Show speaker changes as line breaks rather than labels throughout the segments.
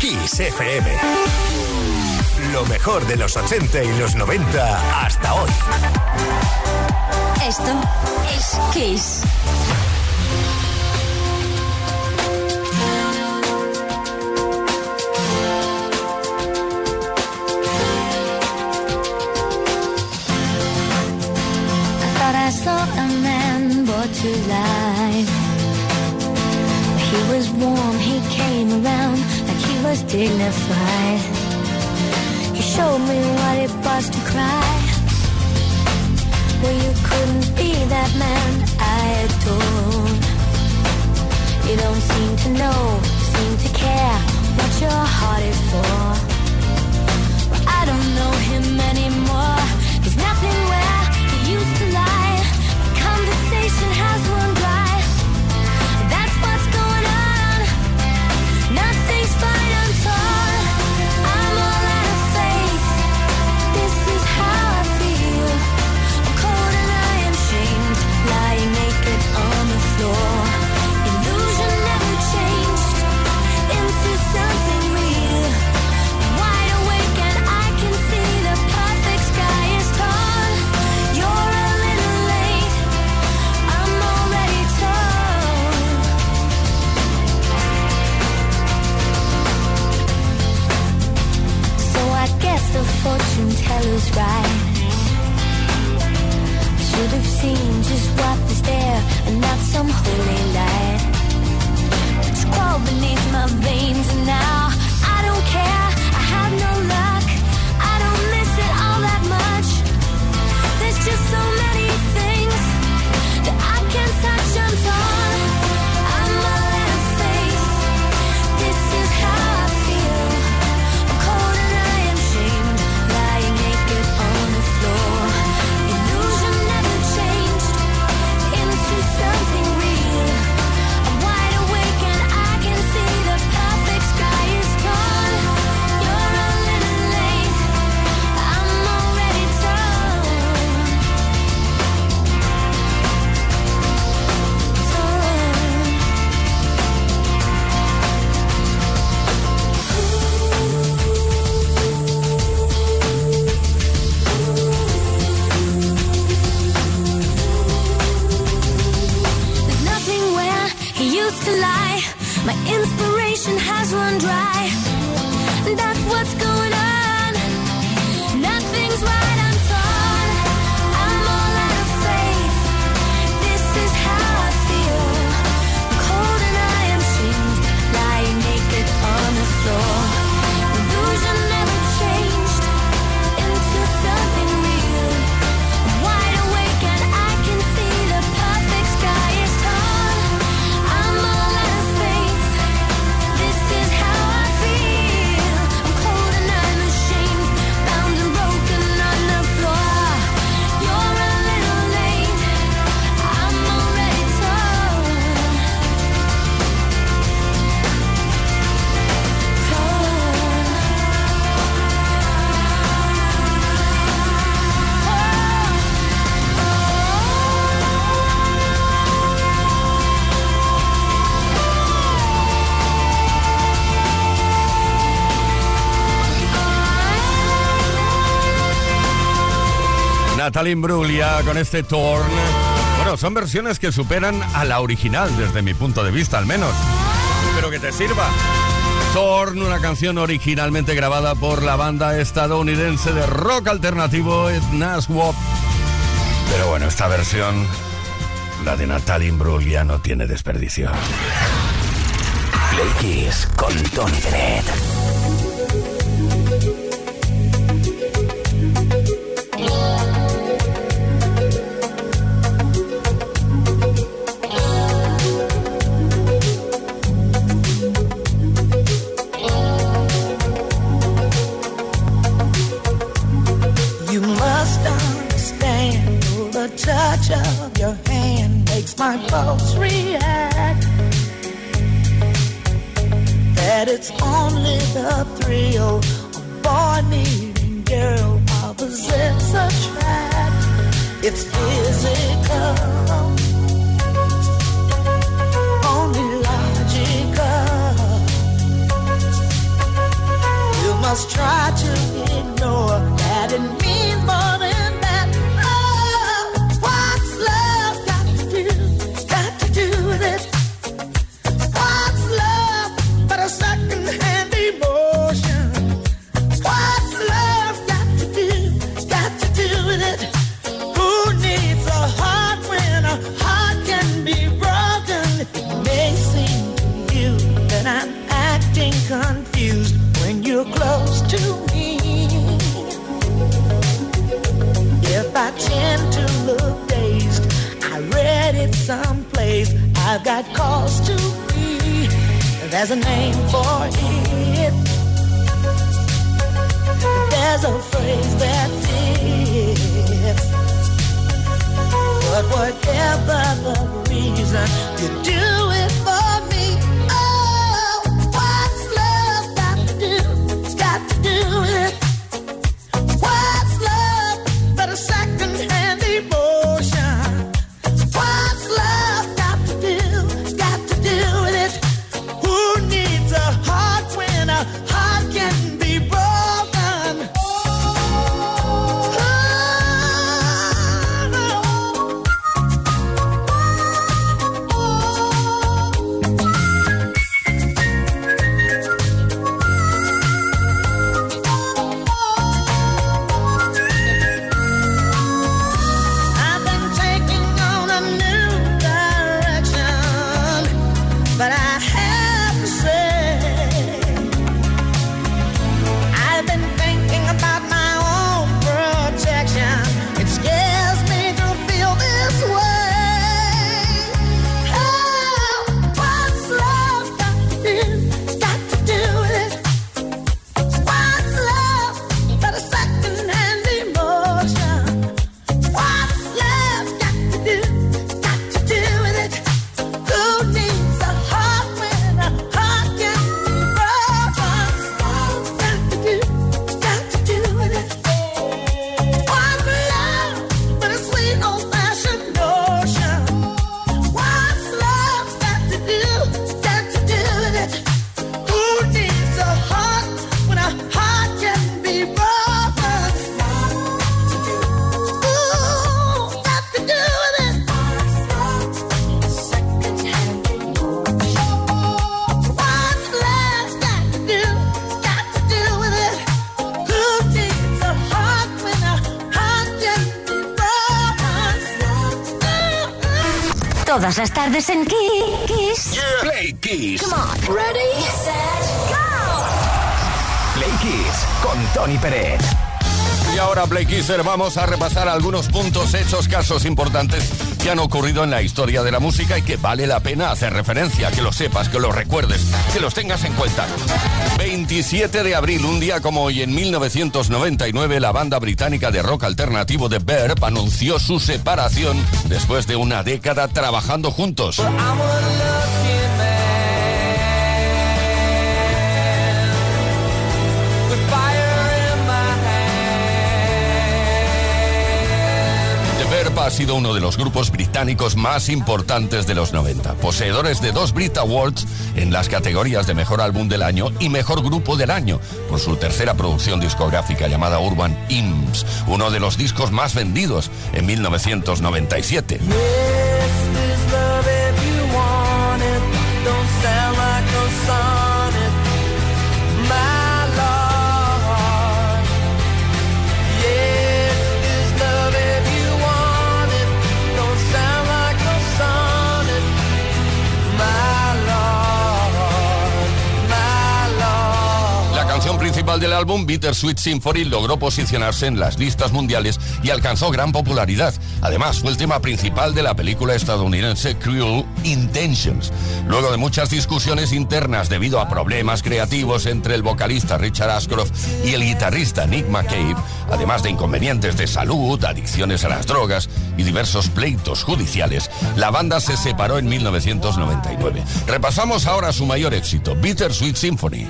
Kiss FM. Lo mejor de los 80 y los 90 hasta hoy.
Esto es Kiss.
I thought I saw a man brought to life. He was warm, he came around like he was dignified. He showed me what it was to cry. Well, you couldn't be that man I adored. You don't seem to know, seem to care what your heart is for. Well, I don't know him anymore. There's nothing where he used to lie. The conversation has run dry. That's what's going on. Nothing's fine, I'm torn. I'm all out of faith. This is how I feel. I'm cold and I am shamed, lying naked on the floor. Illusion never changed into something real. I'm wide awake and I can see the perfect sky is torn. You're a little late. I'm already torn. So I guess the fortune teller's right. Should have seen just what was there and not some holy light. It's crawled beneath my veins and now I don't care. I have no luck. I don't miss it all that much. There's just so many things that I can't touch. I'm torn. I'm all out of faith. This is how I feel. I'm cold and I am shamed, lying naked on the floor. Illusion never changed into something real. I'm wide awake and I can see the perfect sky is torn. You're a little late. I'm already torn. Torn. There's nothing where he used to lie. My inspiration has run dry. That's what's going on. Nothing's right. I'm torn. I'm all out of faith. This is how I feel. I'm cold and I am shamed, lying naked on the floor. Illusion never changed into something real. Wide awake and I can see the perfect sky is torn. I'm all out of faith. This is how I feel. I'm cold and I'm ashamed, bound and broken on the floor. You're a little late. I'm already torn. Torn.
Natalie Imbruglia con este Torn. Bueno, son versiones que superan a la original, desde mi punto de vista al menos. Espero que te sirva. Torn, una canción originalmente grabada por la banda estadounidense de rock alternativo Naswap. Pero bueno, esta versión, la de Natalie Imbruglia, no tiene desperdicio.
Play Kiss con Tony Pérez.
You must understand the touch of your hand makes my pulse react. That it's only the thrill of boy meeting girl opposites attract. It's physical. Only logical. Oh, I've got cause to be. There's a name for it. There's a phrase that fits. But whatever the reason, you do it for me. Oh, what's love got to do? It's got to do it. What's love but a second-hand emotion? What's love got to do? It's got to do with it. Who needs a heart when a heart can be broken? Oh, oh, I've been taking on a new direction, but I have to say, I've been thinking about my own protection. It scares me to feel this way. Oh, what's love got to do? It's got to do with what's love but a second-hand emotion? What's love got to do? Got to do with it. Who needs a heart when a heart can be broken? What's love got to do? Got to do with it. What's love but a sweet old-fashioned notion? What's love got to do? Got to do with it. Who needs a heart when a heart can be broken?
Todas las tardes en Ki- Kiss.
Play Kiss.
Come on. Ready, set, go.
Play Kiss con Tony Pérez.
Y ahora, Play Kisser, vamos a repasar algunos puntos, hechos, casos importantes que han ocurrido en la historia de la música y que vale la pena hacer referencia, que los sepas, que los recuerdes, que los tengas en cuenta. 27 de abril, un día como hoy en 1999, la banda británica de rock alternativo The Verb anunció su separación después de una década trabajando juntos. The Verb ha sido uno de los grupos británicos más importantes de los 90, poseedores de dos Brit Awards en las categorías de Mejor Álbum del Año y Mejor Grupo del Año, por su tercera producción discográfica llamada Urban Imps, uno de los discos más vendidos en 1997. La canción principal del álbum, Bittersweet Symphony, logró posicionarse en las listas mundiales y alcanzó gran popularidad. Además, fue el tema principal de la película estadounidense Cruel Intentions. Luego de muchas discusiones internas debido a problemas creativos entre el vocalista Richard Ashcroft y el guitarrista Nick McCabe, además de inconvenientes de salud, adicciones a las drogas y diversos pleitos judiciales, la banda se separó en 1999. Repasamos ahora su mayor éxito, Bittersweet Symphony.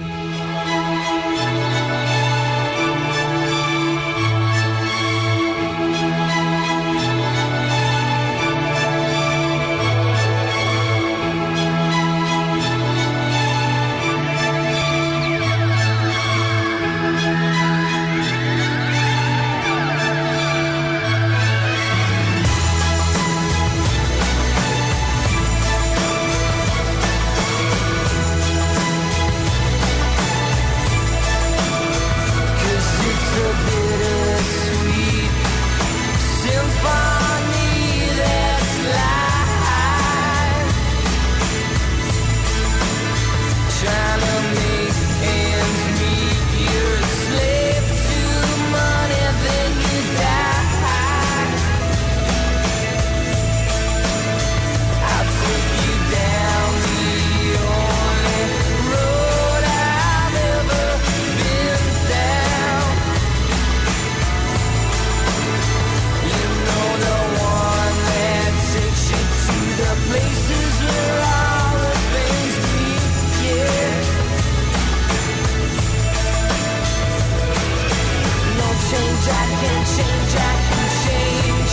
change, I can change,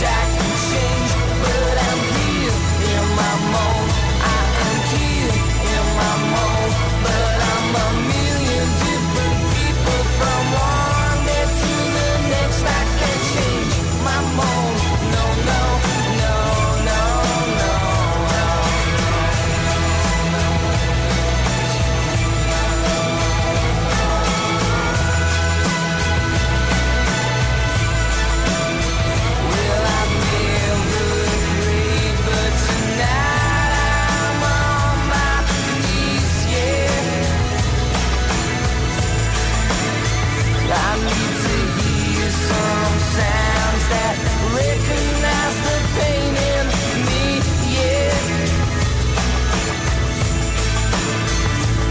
I can change, but I'm here in my mold. I am here in my mold, but I'm a million different people from one day to the next. I can't change my mold. No, no, no, no, no, no. Will I never agree? But tonight I'm on my knees, yeah. I need to hear some sounds that recognize the pain in me, yeah.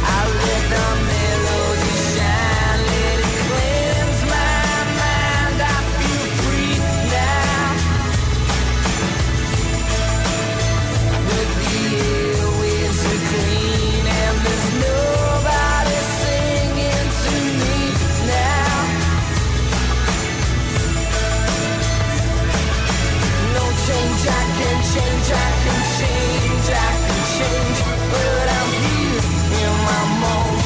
I let the melody shine, let it cleanse my mind. I feel free now. But the airwaves are clean, and there's nobody singing to me now. No change, I can change, I can change, I can change, but I'm here in my mold.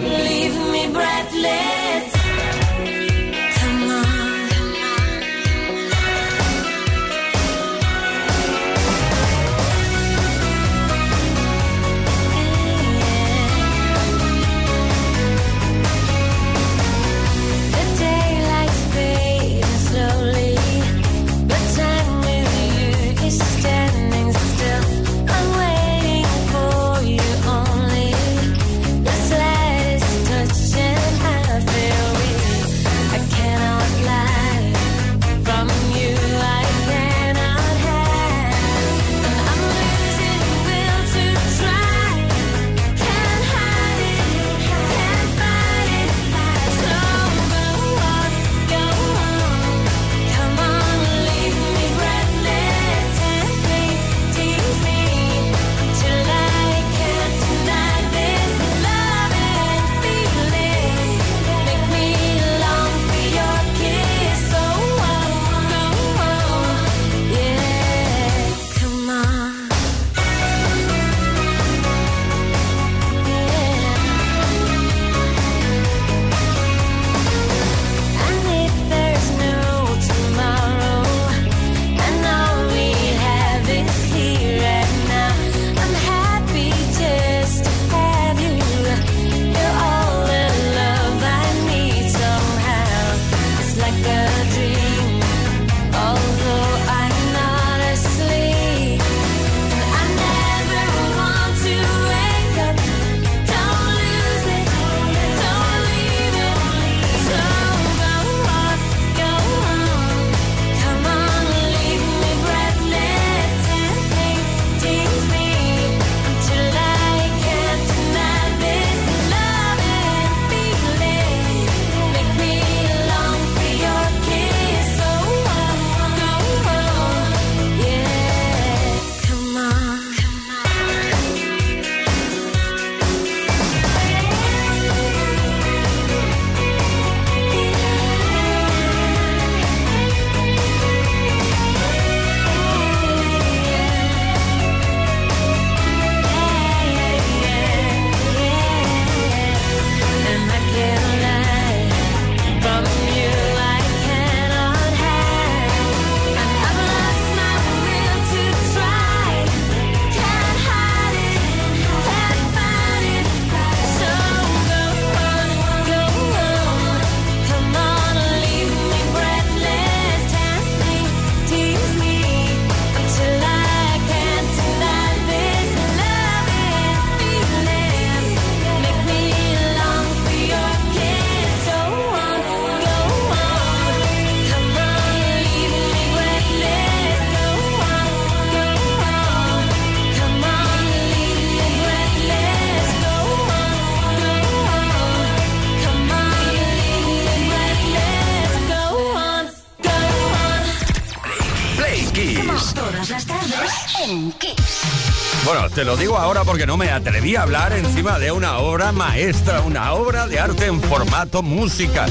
Leave me breathless. Come on. The daylight's fading slowly, but time with you is standing still. I'm waiting for you only. The slightest touch and I feel Oh, Oh,
Todas las tardes en Kiss.
Bueno, te lo digo ahora porque no me atreví a hablar encima de una obra maestra, una obra de arte en formato música.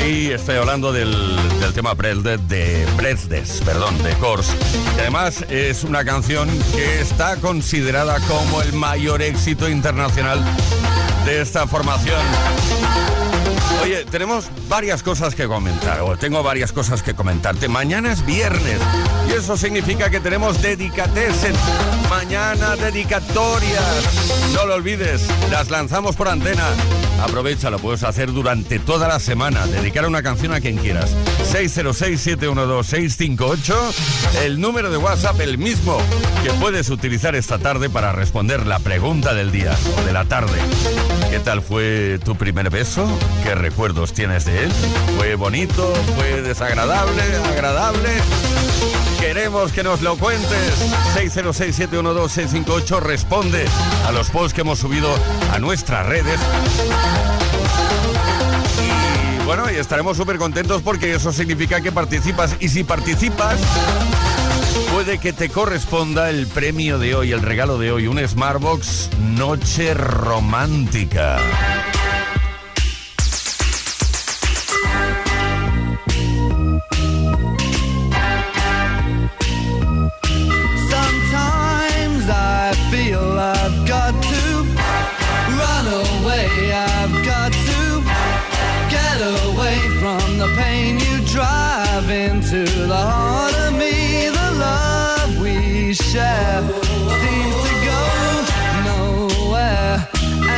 Sí, estoy hablando del, del tema Breathless, de Breathless, perdón, de Kors. Y además es una canción que está considerada como el mayor éxito internacional de esta formación. Oye, tenemos varias cosas que comentar, o tengo varias cosas que comentarte. Mañana es viernes y eso significa que tenemos dedicatesen. Mañana dedicatorias. No lo olvides, las lanzamos por antena. Aprovecha, lo puedes hacer durante toda la semana. Dedicar una canción a quien quieras. 606-712-658, el número de WhatsApp, el mismo que puedes utilizar esta tarde para responder la pregunta del día o de la tarde. ¿Qué tal fue tu primer beso? ¿Qué recuerdos tienes de él? ¿Fue bonito? ¿Fue desagradable? ¿Agradable? Queremos que nos lo cuentes. 606-712-658 responde a los posts que hemos subido a nuestras redes. Y bueno, y estaremos súper contentos porque eso significa que participas. Y si participas, puede que te corresponda el premio de hoy, el regalo de hoy, un Smartbox Noche Romántica.
Sometimes I feel I've got to run away. I've got to get away from the pain you drive into the heart of me. The love we share seems to go nowhere,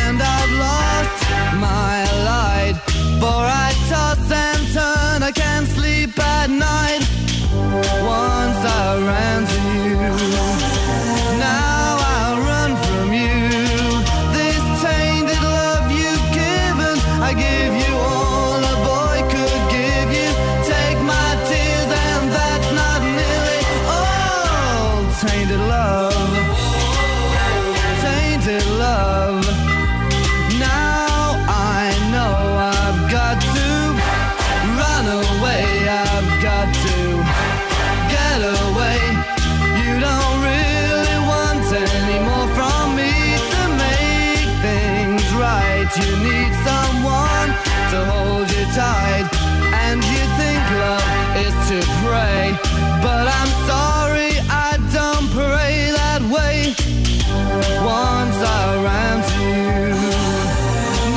and I've lost my light. For I toss and turn, I can't sleep at night. Once I ran to you, now I run from you. This tainted love you've given, I give you all a boy could give you. Take my tears, and that's not nearly all. Tainted love, tainted love. Now I know I've got to run away, I've got to get away. You don't really want any more from me to make things right. You need someone to hold you tight, and you think love is to pray. But I'm sorry, I don't pray that way. Once I ran to you.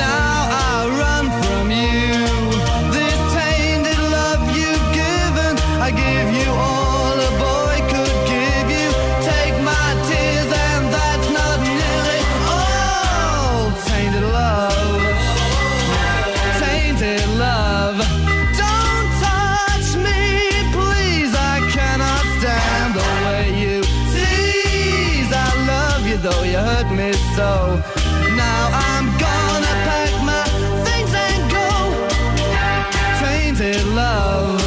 Now I run from you. This tainted love you've given, I give you all a boy could give you. Take my tears, and that's not nearly all. Tainted love, tainted love. Don't touch me, please. I cannot stand the way you tease. I love you though you hurt me so. Now I'm gonna pack my things and go. Tainted love,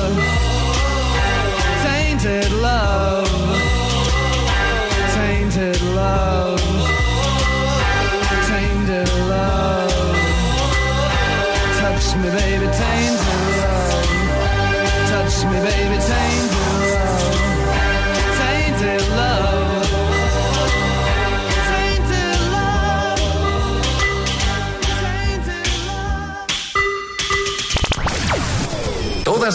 tainted love, tainted love, tainted love. Touch me, baby, tainted love. Touch me, baby, tainted love, tainted love. Tainted love, tainted love.
Todas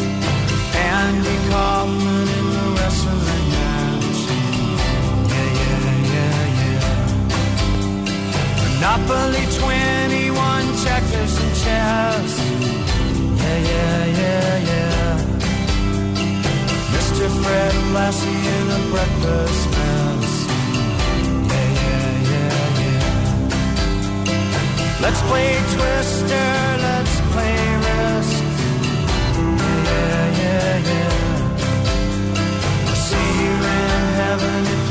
Andy Kaufman in the wrestling match. Yeah, yeah, yeah, yeah. Monopoly 21, checkers and chess. Yeah, yeah, yeah, yeah. Mr. Fred Lassie in a breakfast mess. Yeah, yeah, yeah, yeah. Let's play Twister, let's play Risk. Yeah, yeah, yeah. I'll see you in heaven if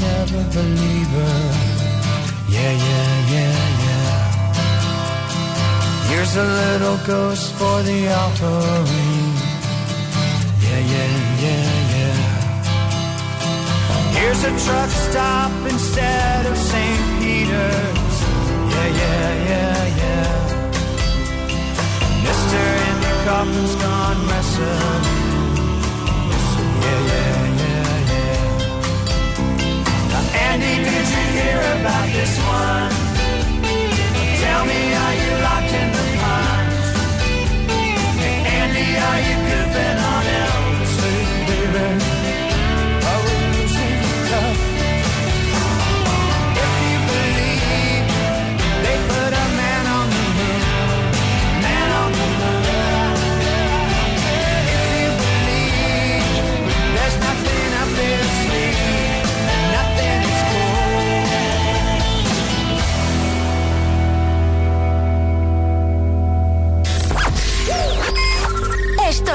believer. Yeah, yeah, yeah, yeah. Here's a little ghost for the offering. Yeah, yeah, yeah, yeah. Here's a truck stop instead of St. Peter's. Yeah, yeah, yeah, yeah. Mister in the coffin's gone wrestling. Yeah, yeah, yeah, yeah. Now, Andy, did you hear about this one? Tell me, are you locked in the pond? Hey, Andy, are you goofing on Elsie, baby? Are we losing tough? If you believe they put a man on the moon, man on the moon. If you believe there's nothing up its sleeve, nothing is cool.
Esto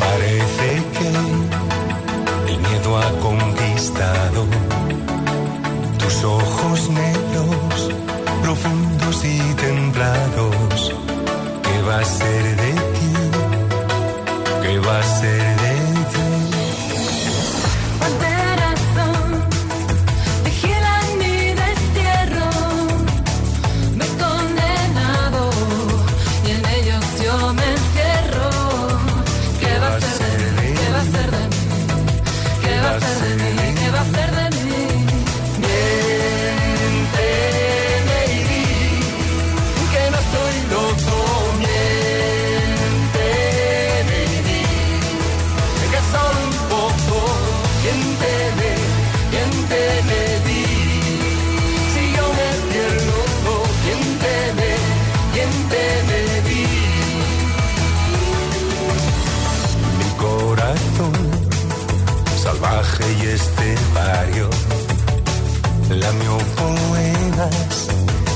Parece que el miedo ha conquistado tus ojos negros, profundos y templados. ¿Qué va a ser de ti? ¿Qué va a ser de ti?
Corazón, vigila mi destierro. Me he condenado y en ellos yo me encierro. ¿Qué va a ser de mí? ¿Qué va a ser de mí? ¿Qué va a ser de mí? ¿Qué va a ser de mí?
Miente, lady, que no estoy loco. Miente, lady, que solo un poco. Miénteme, miénteme, di. Si yo me pierdo, miénteme, miénteme, di. Mi corazón, salvaje y estepario lamió poemas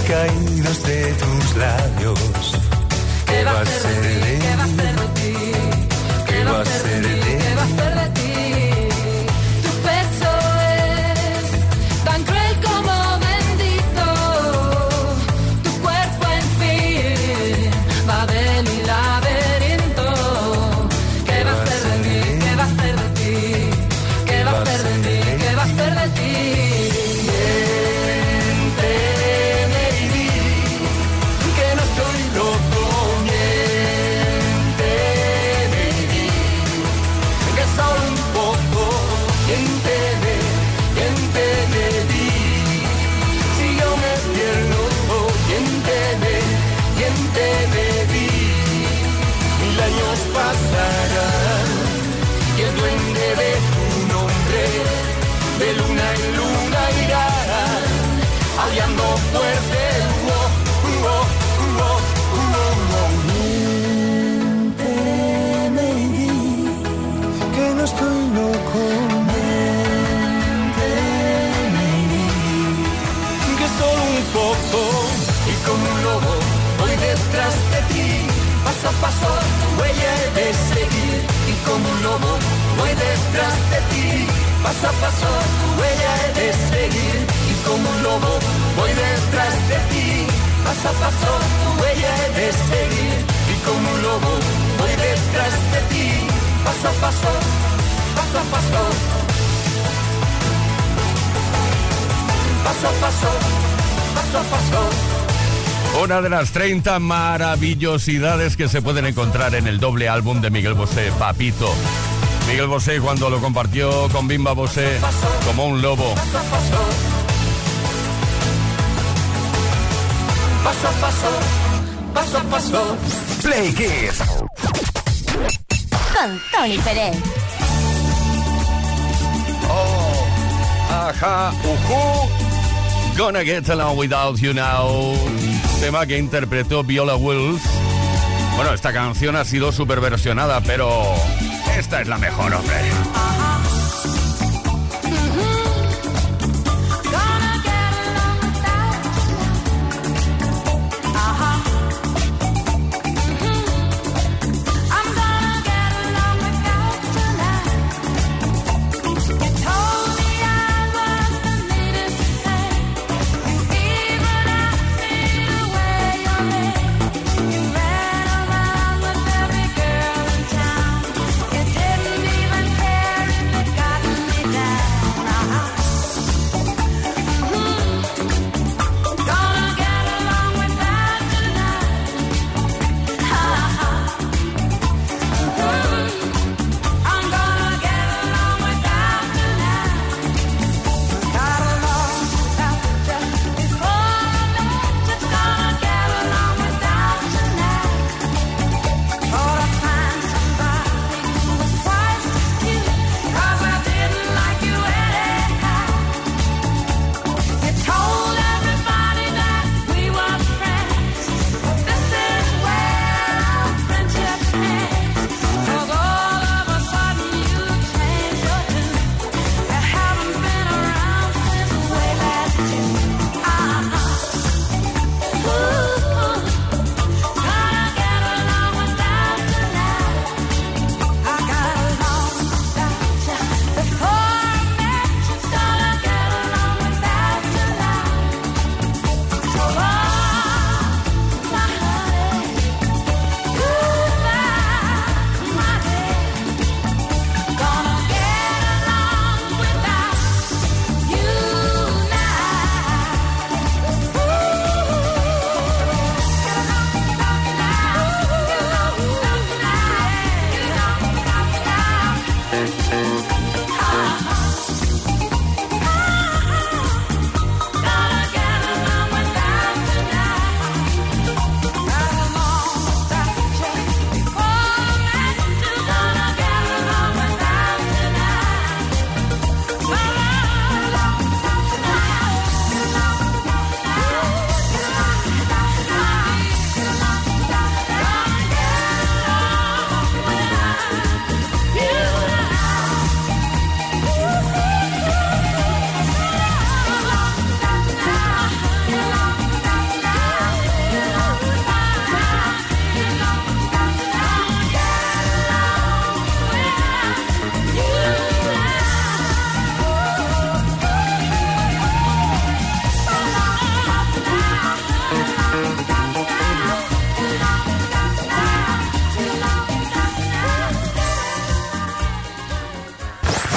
caídos de tus labios.
¿Qué va a ser de ti? ¿Qué va a ser de ti? ¿Qué va a ser de ti? ¿Qué va a ser de ti? Tu pecho es tan cruel como bendito. Tu cuerpo en fin va a venir laberinto. ¿Qué va a ser de ti? ¿Qué va a ser de ti? ¿Qué va a ser de ti? ¿Qué va a ser de ti?
Miente, lady, que no estoy loco. Miente, lady, que solo un poco. Miénteme, miénteme, di. Si yo me pierdo, miénteme, miénteme, di. Mil años pasarán y el duende de tu nombre de luna en luna irá aullando fuerte. Uh-oh, uh-oh, uh-oh, uh-oh. Miénteme y di que no estoy loco. Miénteme y di que solo un poco y como un lobo voy detrás de ti. Paso a paso tu huella he de seguir y como un lobo voy detrás de ti. Paso a paso tu huella he de seguir y como un lobo voy detrás de ti. Paso a paso tu huella he de seguir y como un lobo voy detrás de ti. Paso a paso, paso a paso, paso a paso, paso a paso.
Una de las 30 maravillosidades que se pueden encontrar en el doble álbum de Miguel Bosé, Papito. Miguel Bosé cuando lo compartió con Bimba Bosé como un lobo.
paso a paso, paso a paso.
Play Kiss.
Con Tony Pérez.
Oh, ajá, ujú. Gonna get along without you now. Tema que interpretó Viola Wills. Bueno, esta canción ha sido súper versionada, pero esta es la mejor, hombre.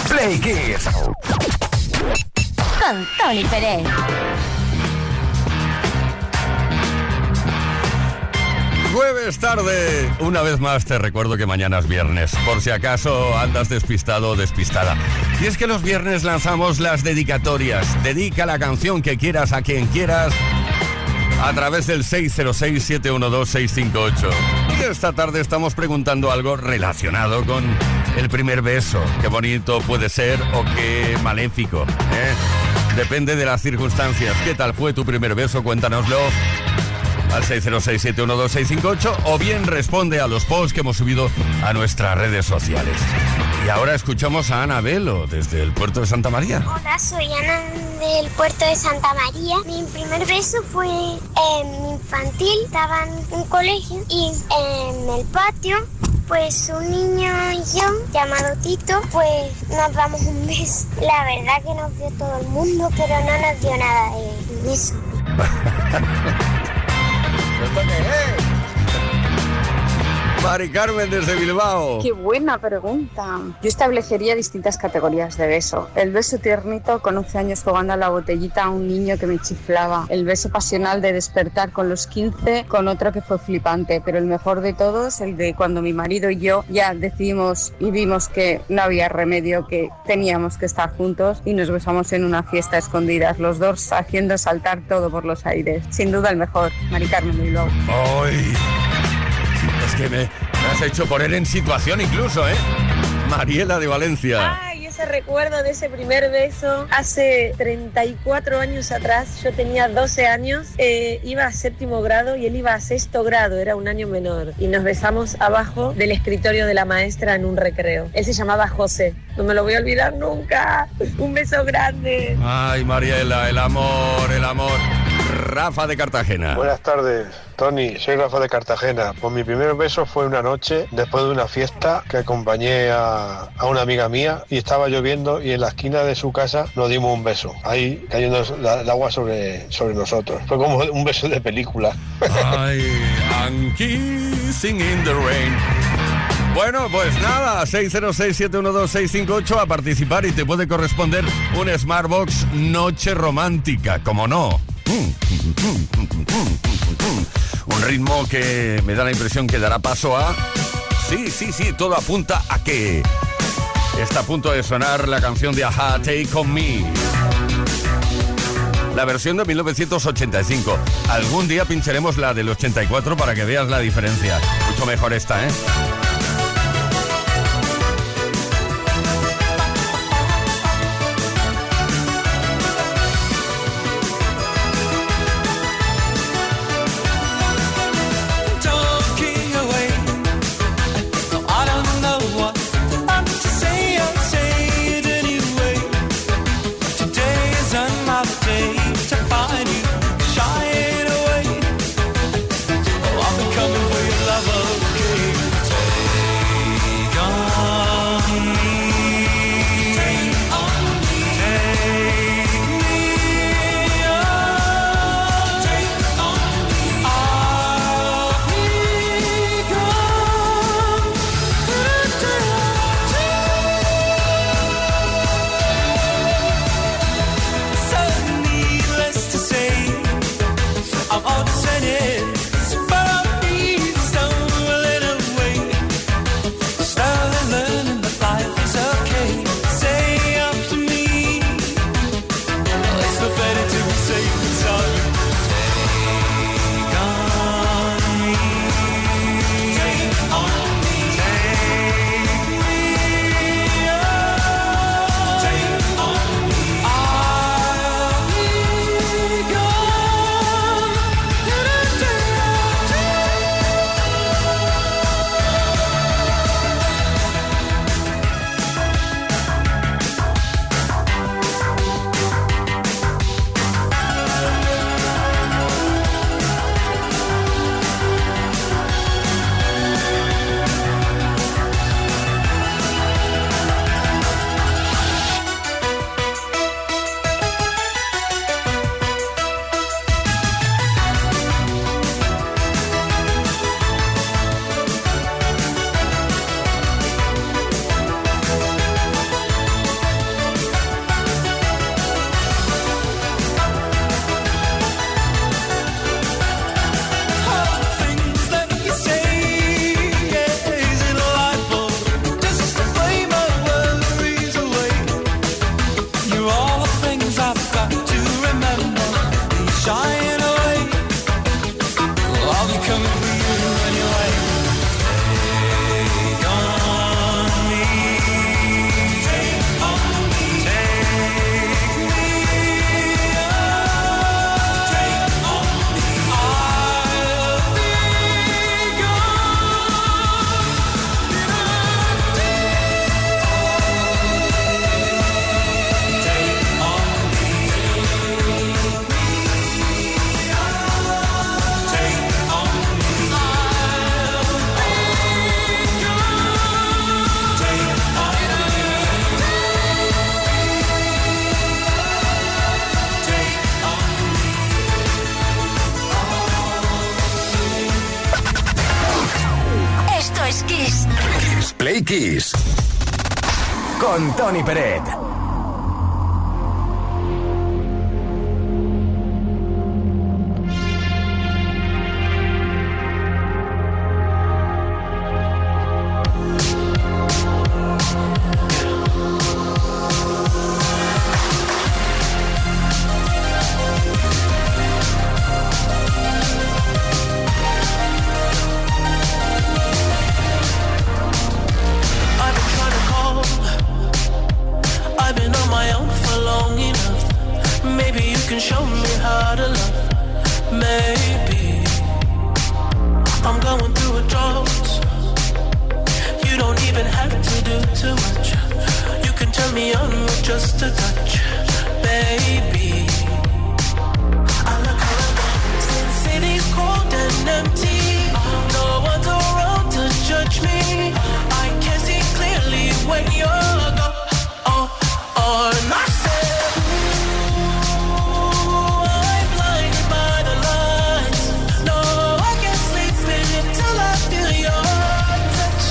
Play Kiss.
Con Tony Pérez.
Jueves tarde. Una vez más te recuerdo que mañana es viernes, por si acaso andas despistado o despistada. Y es que los viernes lanzamos las dedicatorias. Dedica la canción que quieras a quien quieras a través del 606-712-658. Y esta tarde estamos preguntando algo relacionado con el primer beso. Qué bonito puede ser o qué maléfico. ¿eh? Depende de las circunstancias. ¿Qué tal fue tu primer beso? Cuéntanoslo al 606-712-658 o bien responde a los posts que hemos subido a nuestras redes sociales. Y ahora escuchamos a Ana Velo desde el puerto de Santa María.
Hola, soy Ana del puerto de Santa María. Mi primer beso fue en infantil, estaba en un colegio y en el patio. Pues un niño y yo, llamado Tito, pues nos damos un beso. La verdad que nos dio todo el mundo, pero no nos dio nada de beso.
Mari Carmen desde Bilbao.
Qué buena pregunta. Yo establecería distintas categorías de beso. El beso tiernito con 11 años jugando a la botellita a un niño que me chiflaba. El beso pasional de despertar con los 15 con otro que fue flipante. Pero el mejor de todos, el de cuando mi marido y yo ya decidimos y vimos que no había remedio, que teníamos que estar juntos y nos besamos en una fiesta a escondidas, los dos haciendo saltar todo por los aires. Sin duda el mejor, Mari Carmen de Bilbao.
¡Ay! Es que me, me has hecho poner en situación incluso, ¿eh? Mariela de Valencia.
Ay, ese recuerdo de ese primer beso hace 34 años atrás. Yo tenía 12 años, eh, iba a séptimo grado y él iba a sexto grado, era un año menor. Y nos besamos abajo del escritorio de la maestra en un recreo. Él se llamaba José, no me lo voy a olvidar nunca. Un beso grande.
Ay, Mariela, el amor, el amor. Rafa de Cartagena.
Buenas tardes, Tony. Soy Rafa de Cartagena. Pues mi primer beso fue una noche después de una fiesta que acompañé a, a una amiga mía y estaba lloviendo y en la esquina de su casa nos dimos un beso. Ahí cayendo la- el agua sobre, sobre nosotros. Fue como un beso de película.
Ay, I'm kissing in the rain. Bueno, pues nada, 606-712-658 a participar y te puede corresponder un Smartbox Noche Romántica, como no. Un ritmo que me da la impresión que dará paso a... Sí, sí, sí, todo apunta a que... Está a punto de sonar la canción de Aja, Take On Me. La versión de 1985. Algún día pincharemos la del 84 para que veas la diferencia. Mucho mejor esta, ¿eh?
talking away. No, I don't know what I'm to say. I'll say it anyway. Today is another day to find you shying away. Oh, I'm coming for your love, okay? Take
Play Kiss. Con Tony Peret.
I've been trying to call. I've been on my own for long enough. Maybe you can show me how to love. Maybe I'm going through a drought. You don't even have to do too much. You can turn me on with just a touch, baby. I look around, since city's cold and empty. No one's around to judge me. I can see clearly when you're gone. Oh, oh, and I said, Ooh, I'm blinded by the lights. No, I can't sleep until I feel your touch.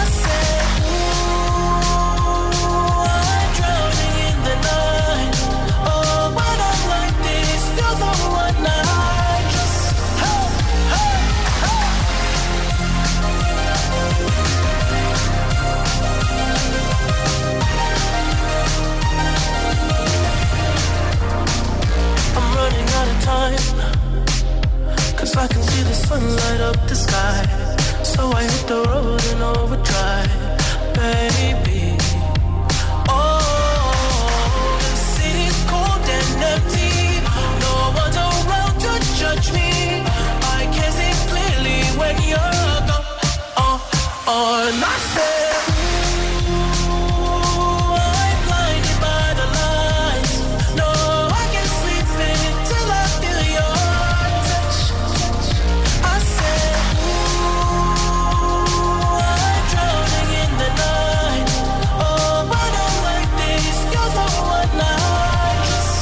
I said, Ooh, I'm drowning in the night. Oh, when I'm like this, you're the one I just. Hey, hey, hey. I'm running out of time. Cause I can see the sun light up the sky. So I hit the road in overdrive, baby. Oh, the city's cold and empty. No one's around to judge me. I can see clearly when you're gone. Oh, oh, and I said, Ooh, I'm blinded by the lights. No, I can't sleep until I feel your touch. I said, Ooh, I'm drowning in the night. Oh, but I'm like this, you're the one I just.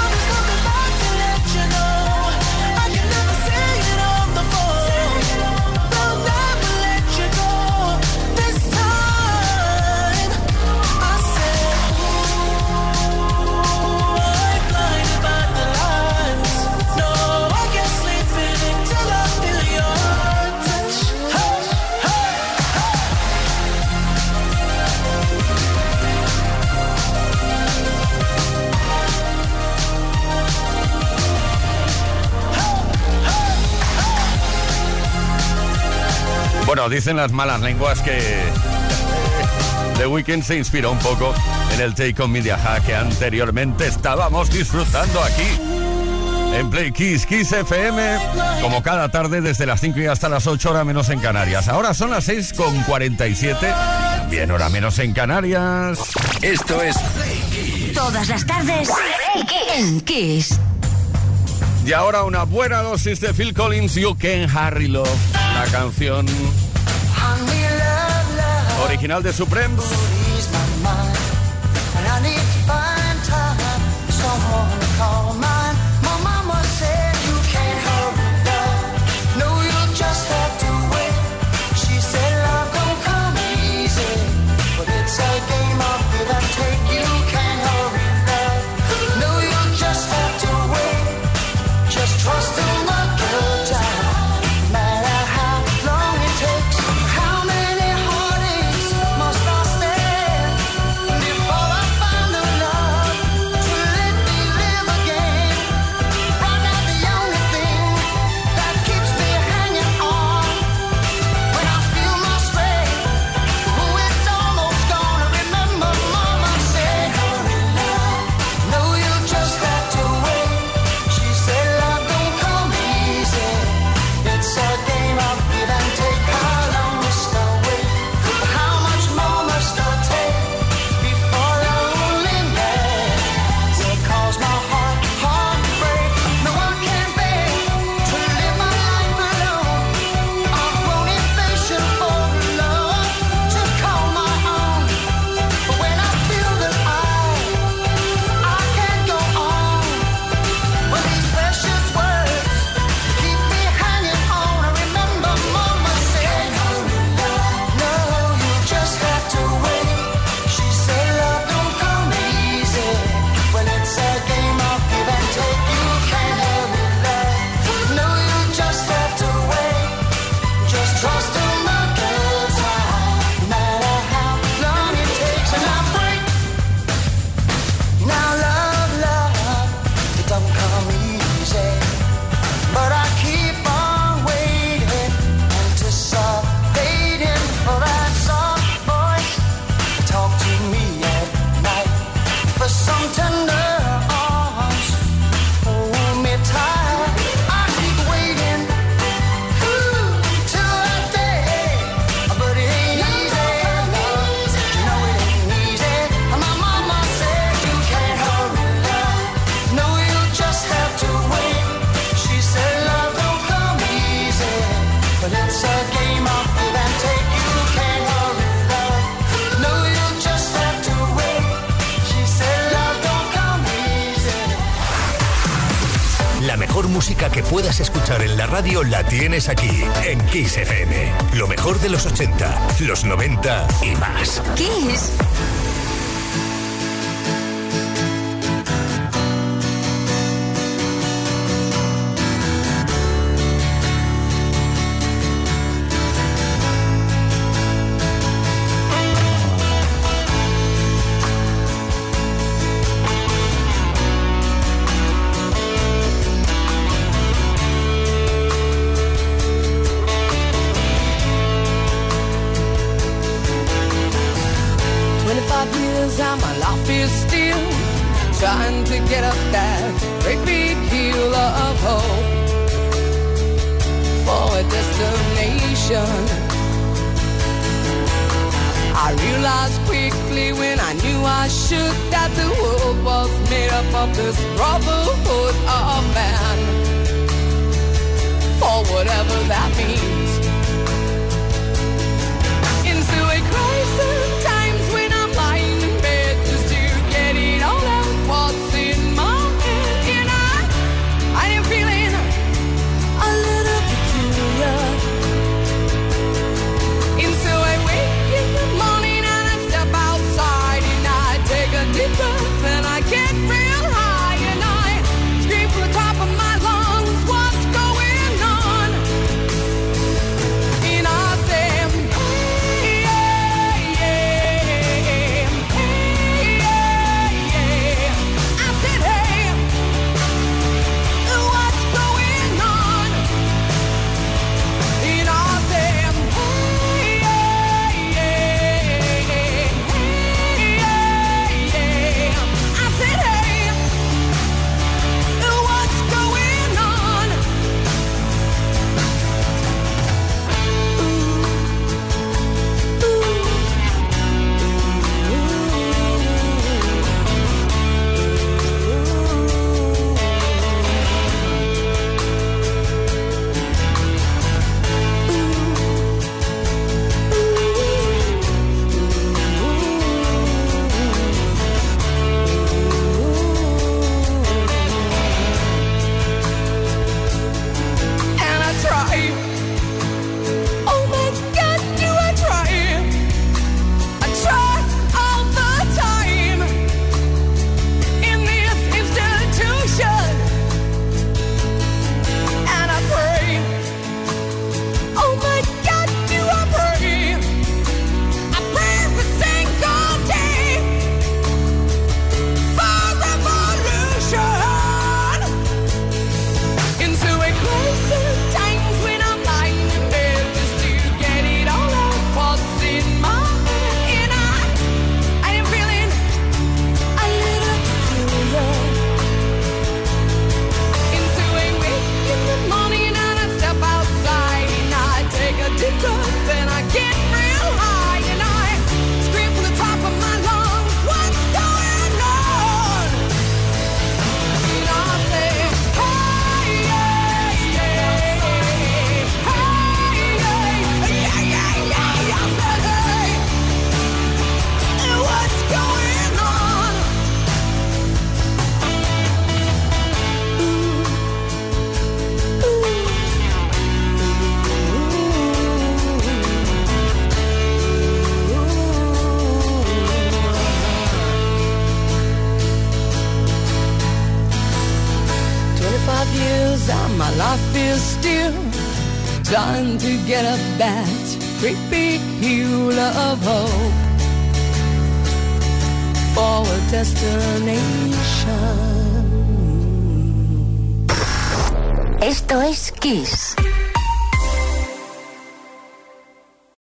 I'm just coming back to let you know. I can never say it on the phone. They'll never let you go this time. I said, Ooh, I'm blinded by the lights. No, I can't sleep until I feel your touch. Hey, hey, hey.
Bueno, dicen las malas lenguas que The Weeknd se inspiró un poco en el Take On Media Hack que anteriormente estábamos disfrutando aquí. En Play Kiss Kiss FM, como cada tarde desde las 5 y hasta las 8 horas menos en Canarias. Ahora son las 6 con 47, bien hora menos en Canarias.
Esto es
Todas las tardes en Kiss.
Y ahora una buena dosis de Phil Collins, You Can Harry Love, la canción
Hungry love, love
original de Supreme.
is my mind, and I need to find time for someone to call mine. My mama said you can't hurry, love. No, you'll just have to wait. She said love don't come easy, but it's a game of give and take. You can't hurry, love. No, you'll just have to wait. Just trust in the good time. No matter how long it takes, how many heartaches must I stand? Oh,
La mejor música que puedas escuchar en la radio la tienes aquí, en Kiss FM. Lo mejor de los 80, los 90 y más.
Kiss. Oh, Oh, Esto es Kiss.